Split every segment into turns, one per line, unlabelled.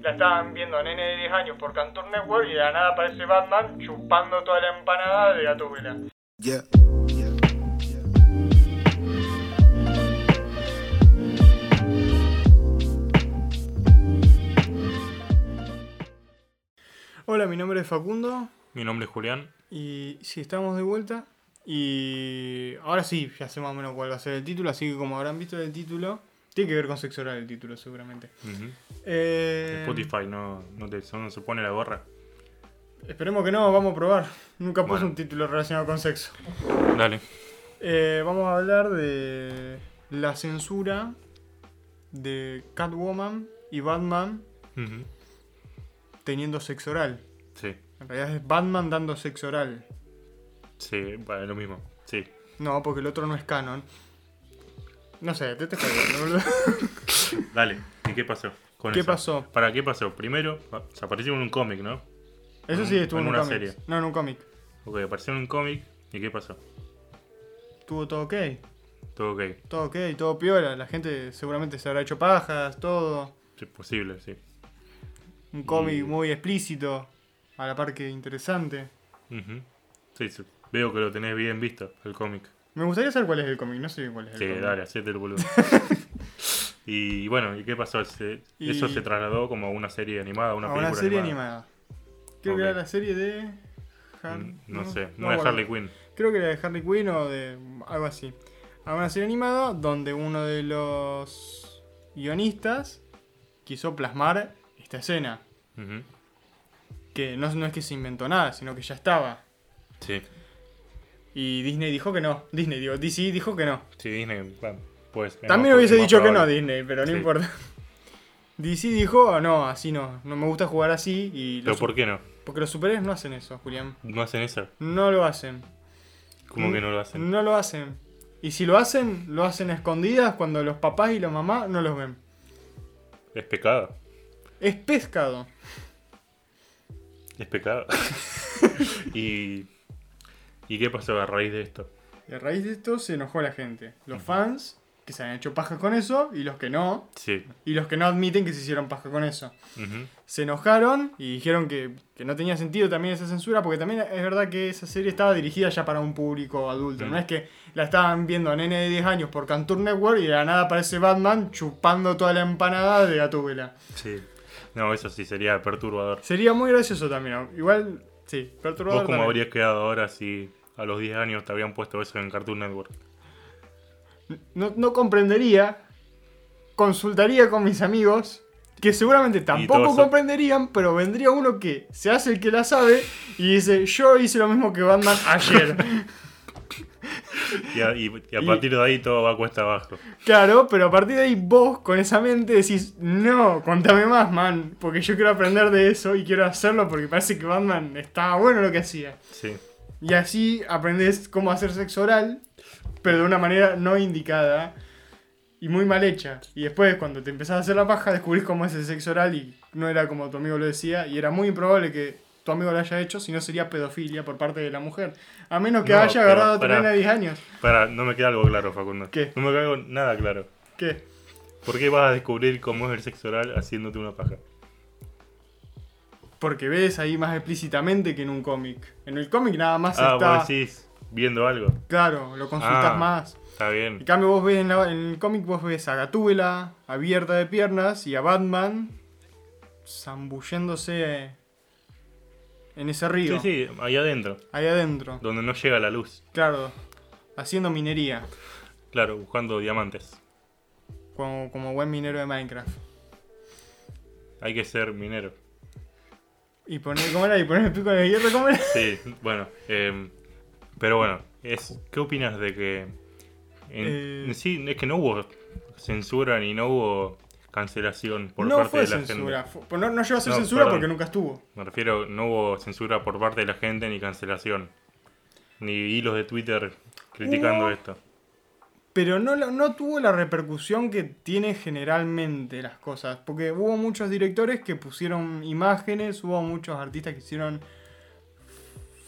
la estaban viendo nene de 10 años por Cantor Network y de la nada aparece Batman chupando toda la empanada de Gatúbela.
Yeah.
Hola, mi nombre es Facundo
Mi nombre es Julián.
y sí, estamos de vuelta. Y ahora sí, ya sé más o menos cuál va a ser el título, así que como habrán visto el título, tiene que ver con sexo oral el título seguramente.
Ujú.
Eh,
Spotify no, no, te, no se pone la gorra.
Esperemos que no, vamos a probar. Nunca puse
Bueno.
un título relacionado con sexo.
Dale.
Eh, vamos a hablar de la censura de Catwoman y Batman
Ujú.
teniendo sexo oral.
Sí,
En realidad es Batman dando sexo oral.
sí, vale, lo mismo. Sí.
No, porque el otro no es canon. No sé, te estoy jodiendo, boludo.
Dale. ¿Y qué pasó? con
¿Qué
eso?
pasó?
¿Para qué pasó? Primero, ah, se apareció en un cómic, ¿no?
Eso sí estuvo en
En
un
una
cómic.
serie.
No, en un cómic.
Ok, apareció en un cómic. ¿Y qué pasó?
Estuvo todo ok.
Todo ok.
Todo ok, todo piola. La gente seguramente se habrá hecho pajas, todo.
Sí, posible, sí.
Un cómic muy explícito. A la par que interesante.
Ujú. sí. sí. Veo que lo tenés bien visto, el cómic.
Me gustaría saber cuál es el cómic. No sé cuál es el
Sí,
cómic.
dale, hacete el boludo. y bueno, ¿y qué pasó? Se-
Y-
Eso se trasladó como a una serie animada, a una
a
película
Ah, una serie
animada.
animada. Creo que
Ok.
era la serie de. Har-
Mm, No, sé,
no
una de
guardo.
Harley Quinn.
Creo que era de Harley Quinn o de algo así. A una serie animada donde uno de los guionistas quiso plasmar esta escena.
Ujú.
Que no, no es que se inventó nada, sino que ya estaba.
Sí.
Y Disney dijo que no. Disney, digo, DC dijo que no.
Sí, Disney, bueno, pues. es
También
más-
hubiese
es más
dicho que no
probable.
Disney, pero no
Sí.
importa. DC dijo, "Oh, no, así no. No me gusta jugar así. Y
Pero
los
¿por
su-
qué no?
Porque los superhéroes no hacen eso, Julián.
No hacen eso.
No lo hacen.
¿Cómo que no lo hacen?
Mm, No lo hacen. Y si lo hacen, lo hacen a escondidas cuando los papás y la mamá no los ven.
Es pecado.
Es pescado.
Es pecado. y. ¿Y qué pasó a raíz de esto?
Y a raíz de esto se enojó la gente. Los fans, que se han hecho pajas con eso, y los que no,
Sí.
y los que no admiten que se hicieron paja con eso.
Ujú.
Se enojaron y dijeron que, que no tenía sentido también esa censura, porque también es verdad que esa serie estaba dirigida ya para un público adulto.
Mm.
No es que la estaban viendo a nene de 10 años por Cantor Network y de la nada aparece Batman chupando toda la empanada de Gatúbela.
Sí. No, eso sí sería perturbador.
Sería muy gracioso también. Igual, sí, perturbador.
¿Vos cómo
también.
habrías quedado ahora si a los 10 años te habían puesto eso en Cartoon Network?
No, no comprendería. Consultaría con mis amigos. Que seguramente tampoco
todos son-
comprenderían, pero vendría uno que se hace el que la sabe y dice, yo hice lo mismo que Batman ayer.
Y a, y- y a
Y-
partir de ahí todo va cuesta abajo.
claro, pero a partir de ahí vos con esa mente decís, no, contame más, man, porque yo quiero aprender de eso y quiero hacerlo porque parece que Batman estaba bueno lo que hacía.
Sí.
Y así aprendes cómo hacer sexo oral, pero de una manera no indicada y muy mal hecha. Y después, cuando te empezás a hacer la paja, descubrís cómo es el sexo oral y no era como tu amigo lo decía. Y era muy improbable que tu amigo lo haya hecho, si no sería pedofilia por parte de la mujer. A menos que
No,
haya
pero
agarrado a tu
pará.
nena de 10 años.
Para, no me queda algo claro, Facundo.
¿Qué?
No me queda algo- nada claro.
¿Qué?
¿Por qué vas a descubrir cómo es el sexo oral haciéndote una paja?
Porque ves ahí más explícitamente que en un cómic. En el cómic nada más
Ah,
está.
vos decís viendo algo.
Claro, lo consultas
Ah.
más.
Está
En
bien.
cambio, vos ves en, la- en el cómic, vos ves a Gatúbela abierta de piernas y a Batman zambulléndose en ese
Sí,
río,
sí, ahí adentro,
ahí adentro.
donde no llega la luz.
Claro, haciendo minería,
Claro, buscando diamantes.
como, como buen minero de Minecraft.
Hay que ser minero.
Y poner, ¿cómo era? Y poner el pico en el hierro, ¿cómo era?
Sí, bueno. em, pero bueno, es, ¿qué opinas de que... En,
Eh.
en sí, es que no hubo censura ni no hubo cancelación por
no
parte
fue
de la
censura,
gente.
fu- pues no, no llegó a ser
No,
censura
perdón.
porque nunca estuvo.
Me refiero, no hubo censura por parte de la gente ni cancelación. Ni hilos de Twitter criticando
Hubo-
esto.
Pero no, la- no tuvo la repercusión que tiene generalmente las cosas. Porque hubo muchos directores que pusieron imágenes, hubo muchos artistas que hicieron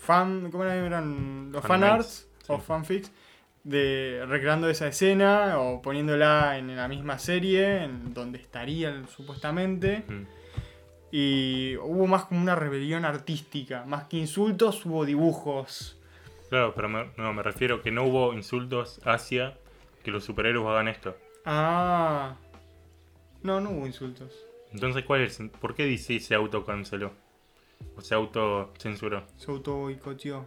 fan. ¿Cómo eran? Eran Los fan,
Fan
arts
mates,
o
sí.
fanfics. De recreando esa escena o poniéndola en la misma serie, en donde estarían supuestamente.
Mm.
Y hubo más como una rebelión artística. Más que insultos, hubo dibujos.
Claro, pero me, no, me refiero que no hubo insultos hacia que los superhéroes hagan esto.
Ah. No, no hubo insultos.
Entonces, ¿cuál es? el sen- ¿Por qué DC se autocanceló? O se autocensuró.
Se auto boicoteó.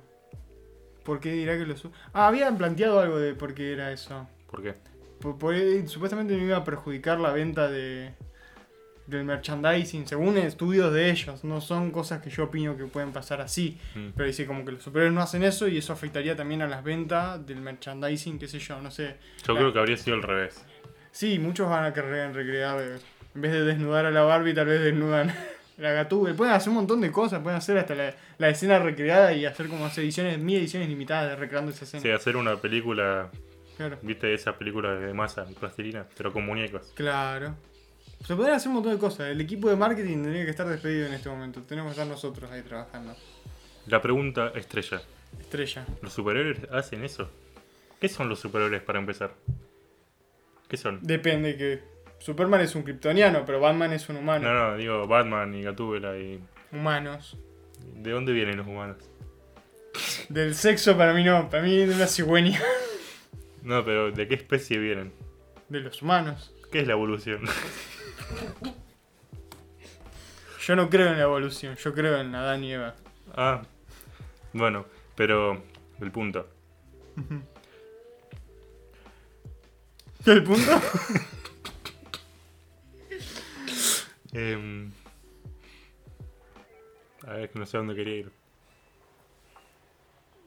¿Por qué dirá que lo su- Ah, habían planteado algo de por qué era eso.
¿Por qué?
Por- por- eh, supuestamente no iba a perjudicar la venta de del merchandising, según estudios de ellos. No son cosas que yo opino que pueden pasar así.
Mm.
Pero dice como que los superhéroes no hacen eso y eso afectaría también a las ventas del merchandising, qué sé yo, no sé.
Yo creo que habría sido al revés.
Sí, muchos van a querer recrear. eh, En vez de desnudar a la Barbie, tal vez desnudan a la Gatúbel. Pueden hacer un montón de cosas. Pueden hacer hasta la, la escena recreada y hacer como hacer ediciones, mil ediciones limitadas de recreando esa
O
escena.
sea, hacer una película,
Claro.
viste esas películas de masa, plastilina, pero con muñecos.
Claro. Se podrían hacer un montón de cosas. El equipo de marketing tendría que estar despedido en este momento. Tenemos que estar nosotros ahí trabajando.
La pregunta estrella.
Estrella.
¿Los superhéroes hacen eso? ¿Qué son los superhéroes para empezar? ¿Qué son?
Depende que. Superman es un kryptoniano, pero Batman es un humano.
No, no, digo Batman y Gatúbela y...
Humanos.
¿De dónde vienen los humanos?
Del sexo para mí no. Para mí es de una cigüeña.
No, pero ¿de qué especie vienen?
De los humanos.
¿Qué es la evolución?
Yo no creo en la evolución. Yo creo en Adán y Eva.
ah, bueno, pero el punto.
¿El punto?
Em, a ver, que no sé a dónde quería ir.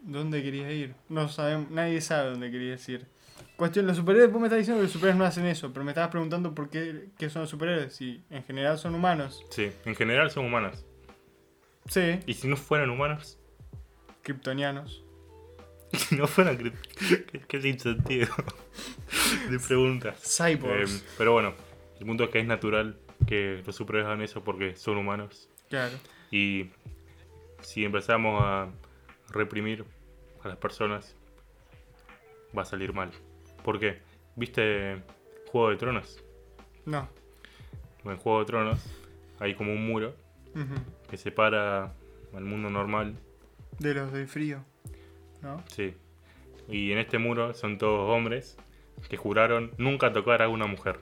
¿Dónde querías ir? No sabemos, nadie sabe dónde querías ir. Cuestión, los superhéroes, vos me estás diciendo que los superhéroes no hacen eso, pero me estabas preguntando por qué, qué son los superhéroes. Si en general son humanos.
Sí, en general son humanos.
Sí,
¿Y si no fueran humanos?
kryptonianos.
Si no fueran... cri- ¿Qué, qué sin sentido de preguntas?
Cyborgs.
Em, pero bueno, el punto es que es natural que los superhéroes hagan eso porque son humanos.
claro.
Y si empezamos a reprimir a las personas, va a salir mal. ¿Por qué? ¿Viste Juego de Tronos?
No.
En Juego de Tronos hay como un muro
Ujú.
que separa al mundo normal,
De los del frío. ¿No?
sí. Y en este muro son todos hombres que juraron nunca tocar a una mujer.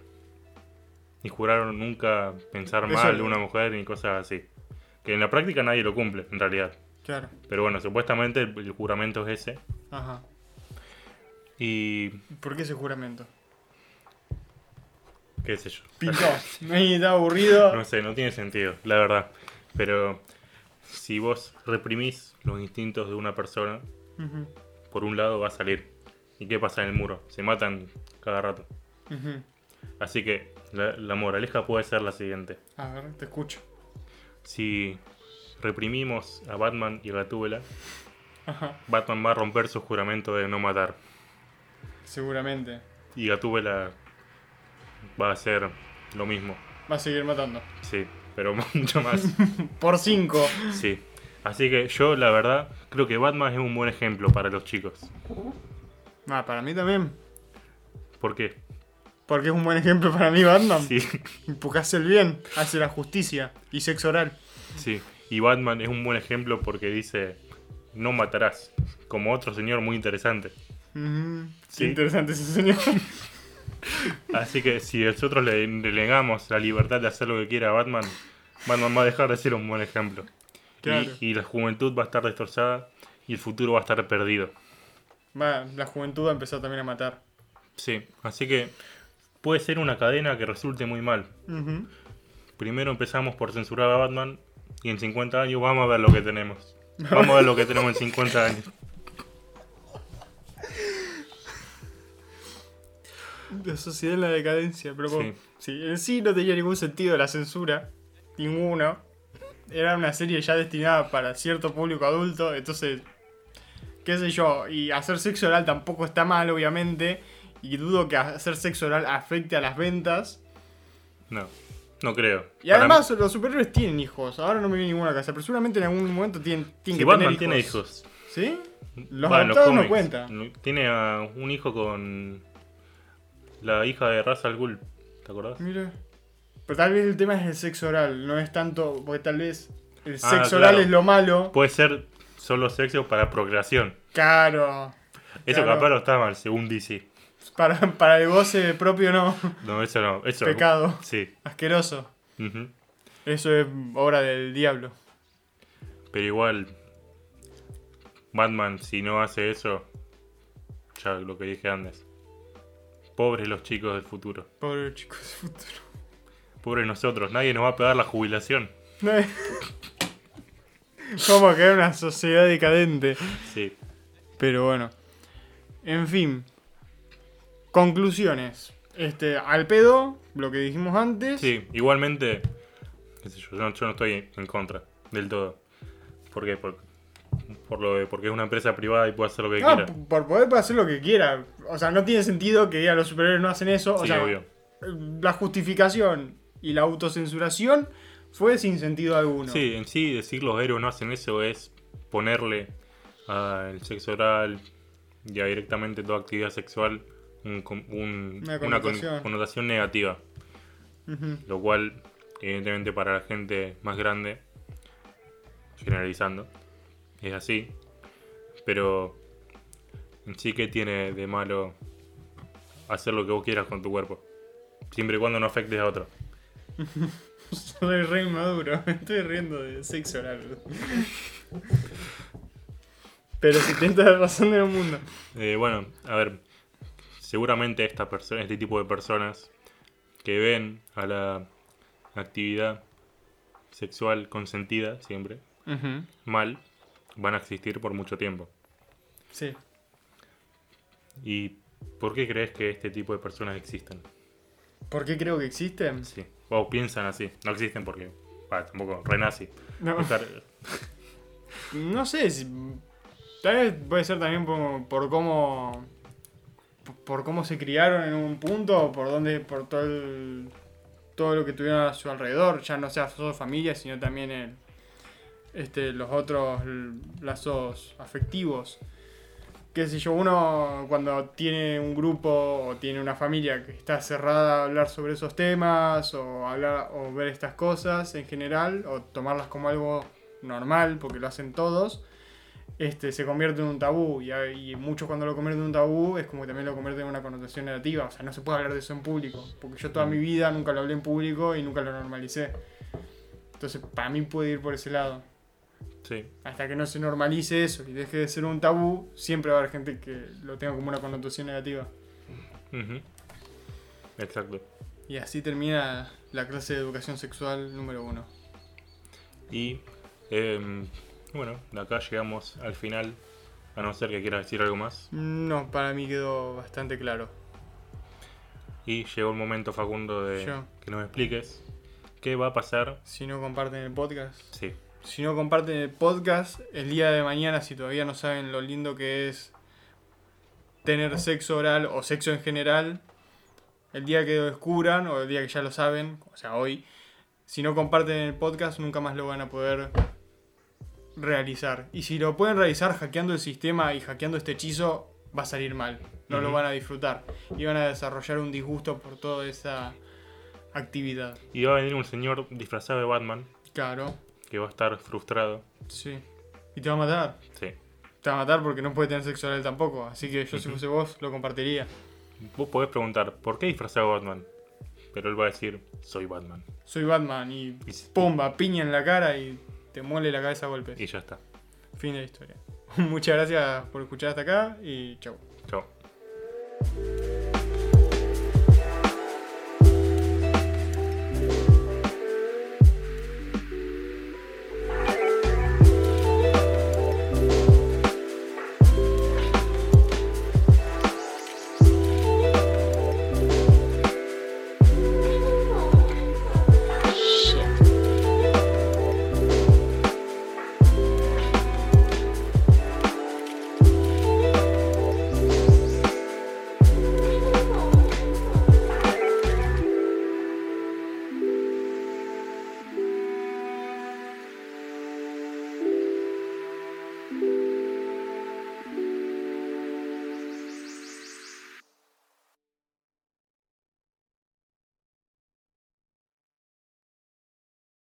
Y juraron nunca pensar
Eso-
mal de una mujer ni cosas así. Que en la práctica nadie lo cumple, en realidad.
Claro.
Pero bueno, supuestamente el, el juramento es ese.
Ajá.
Y
¿Por qué ese juramento?
qué sé yo.
Pintó. Me está aburrido.
No sé, no tiene sentido, la verdad. Pero si vos reprimís los instintos de una persona,
Ujú,
por un lado va a salir. ¿Y qué pasa en el muro? Se matan cada rato.
ujú.
Así que la, la moraleja puede ser la siguiente.
A ver, te escucho.
Si reprimimos a Batman y a Gatúbela,
Ajá.
Batman va a romper su juramento de no matar.
Seguramente.
Y Gatúbela va a hacer lo mismo.
Va a seguir matando.
Sí, pero mucho más.
Por 5.
Sí. Así que yo, la verdad, creo que Batman es un buen ejemplo para los chicos.
Ah, para mí también.
¿Por qué?
Porque es un buen ejemplo para mí, Batman.
Sí,
Porque hace el bien, hace la justicia y sexo oral.
sí. Y Batman es un buen ejemplo porque dice, no matarás. Como otro señor muy interesante.
Ujú.
Sí.
Qué interesante ese señor.
Así que si nosotros le delegamos la libertad de hacer lo que quiera a Batman, Batman va a dejar de ser un buen ejemplo. Y-
Claro.
Y, la juventud va a estar destrozada y el futuro va a estar perdido.
Va, la juventud empezó también a matar.
Sí, así que puede ser una cadena que resulte muy mal.
Ujú.
Primero empezamos por censurar a Batman y en 50 años vamos a ver lo que tenemos. Vamos a ver lo que tenemos en 50 años.
La sociedad en la decadencia, pero
Sí.
sí. en sí no tenía ningún sentido la censura, ninguno. Era una serie ya destinada para cierto público adulto, entonces, qué sé yo, y hacer sexo oral tampoco está mal, obviamente, y dudo que hacer sexo oral afecte a las ventas.
No, no creo.
Y
Para-
además, los superhéroes tienen hijos, ahora no me viene ninguna casa, pero seguramente en algún momento tienen, tienen
si
que
Batman
tener
tiene hijos,
¿Sí? Los
va, en
adoptados no
cómics,
cuentan.
no- Tiene a un hijo con la hija de Ra's al Ghul, ¿te acordás?
Mira, Pero tal vez el tema es el sexo oral, no es tanto. Porque tal vez el
Ah,
sexo
claro.
oral es lo malo.
Puede ser solo sexo para procreación.
Claro.
Eso
Claro.
capaz no está mal, según DC.
Para, para el goce propio no.
No, eso no. Eso,
Pecado.
Sí.
Asqueroso.
ujú.
Eso es obra del diablo.
Pero igual, Batman, si no hace eso, ya lo que dije antes. Pobres los chicos del futuro.
Pobre chicos del futuro.
Pobres nosotros. Nadie nos va a pagar la jubilación.
No es- Como que era una sociedad decadente.
Sí.
Pero bueno. En fin. Conclusiones. Este, al pedo, lo que dijimos antes.
Sí, igualmente, qué sé yo, yo no, yo no estoy en contra del todo. ¿Por qué? Por, por lo de- porque es una empresa privada y puede hacer lo que
Ah,
quiera.
p- por poder puede hacer lo que quiera. O sea, no tiene sentido que a los superiores no hacen eso. O
Sí,
sea,
obvio.
la justificación y la autocensuración fue sin sentido alguno.
Sí, en sí decir los héroes no hacen eso es ponerle al sexo oral y a directamente toda actividad sexual un con- un-
Una
una con-
connotación.
connotación negativa,
Ujú.
lo cual evidentemente para la gente más grande, generalizando, es así, pero en sí que tiene de malo hacer lo que vos quieras con tu cuerpo, siempre y cuando no afectes a otro.
Soy re inmaduro, me estoy riendo de sexo oral. Pero si tenés toda la razón del mundo.
Eh, bueno, a ver, seguramente esta persona, este tipo de personas que ven a la actividad sexual consentida siempre mal, van a existir por mucho tiempo.
Sí.
¿Y por qué crees que este tipo de personas existen?
¿Por qué creo que existen?
Sí. O piensan así. No existen porque, bah, tampoco, renazi.
No,
O sea,
no sé, si, tal vez puede ser también por, por cómo por cómo se criaron en un punto, por donde por todo el- todo lo que tuvieron a su alrededor, ya no sea solo familia, sino también el- este, los otros l- lazos afectivos. Qué sé yo, uno cuando tiene un grupo o tiene una familia que está cerrada a hablar sobre esos temas o, hablar, o ver estas cosas en general o tomarlas como algo normal porque lo hacen todos, este, se convierte en un tabú y, hay- y muchos cuando lo convierten en un tabú es como que también lo convierten en una connotación negativa, o sea, no se puede hablar de eso en público, porque yo toda mi vida nunca lo hablé en público y nunca lo normalicé. Entonces, para mí puede ir por ese lado.
sí.
Hasta que no se normalice eso y deje de ser un tabú, siempre va a haber gente que lo tenga como una connotación negativa.
Ujú. Exacto.
Y así termina la clase de educación sexual número uno.
Y em, bueno, de acá llegamos al final. A no ser que quieras decir algo más.
No, para mí quedó bastante claro.
Y llegó el momento, Facundo, de
Yo.
que nos expliques qué va a pasar.
Si no comparten el podcast.
Sí,
Si no comparten el podcast, el día de mañana, si todavía no saben lo lindo que es tener sexo oral o sexo en general, el día que lo descubran o el día que ya lo saben, o sea, hoy, si no comparten el podcast, nunca más lo van a poder realizar. Y si lo pueden realizar hackeando el sistema y hackeando este hechizo, va a salir mal. No lo
Ujú.
van a disfrutar. Y van a desarrollar un disgusto por toda esa actividad.
y va a venir un señor disfrazado de Batman
Claro,
que va a estar frustrado.
sí. Y te va a matar.
Sí.
Te va a matar porque no puede tener sexo oral tampoco. Así que yo, si fuese vos, lo compartiría.
Vos podés preguntar, ¿por qué disfrazado de Batman? Pero él va a decir, soy Batman.
Soy Batman y
Y, s-
pumba, piña en la cara y te muele la cabeza a golpes.
y ya está.
Fin de la historia. Muchas gracias por escuchar hasta acá y chau.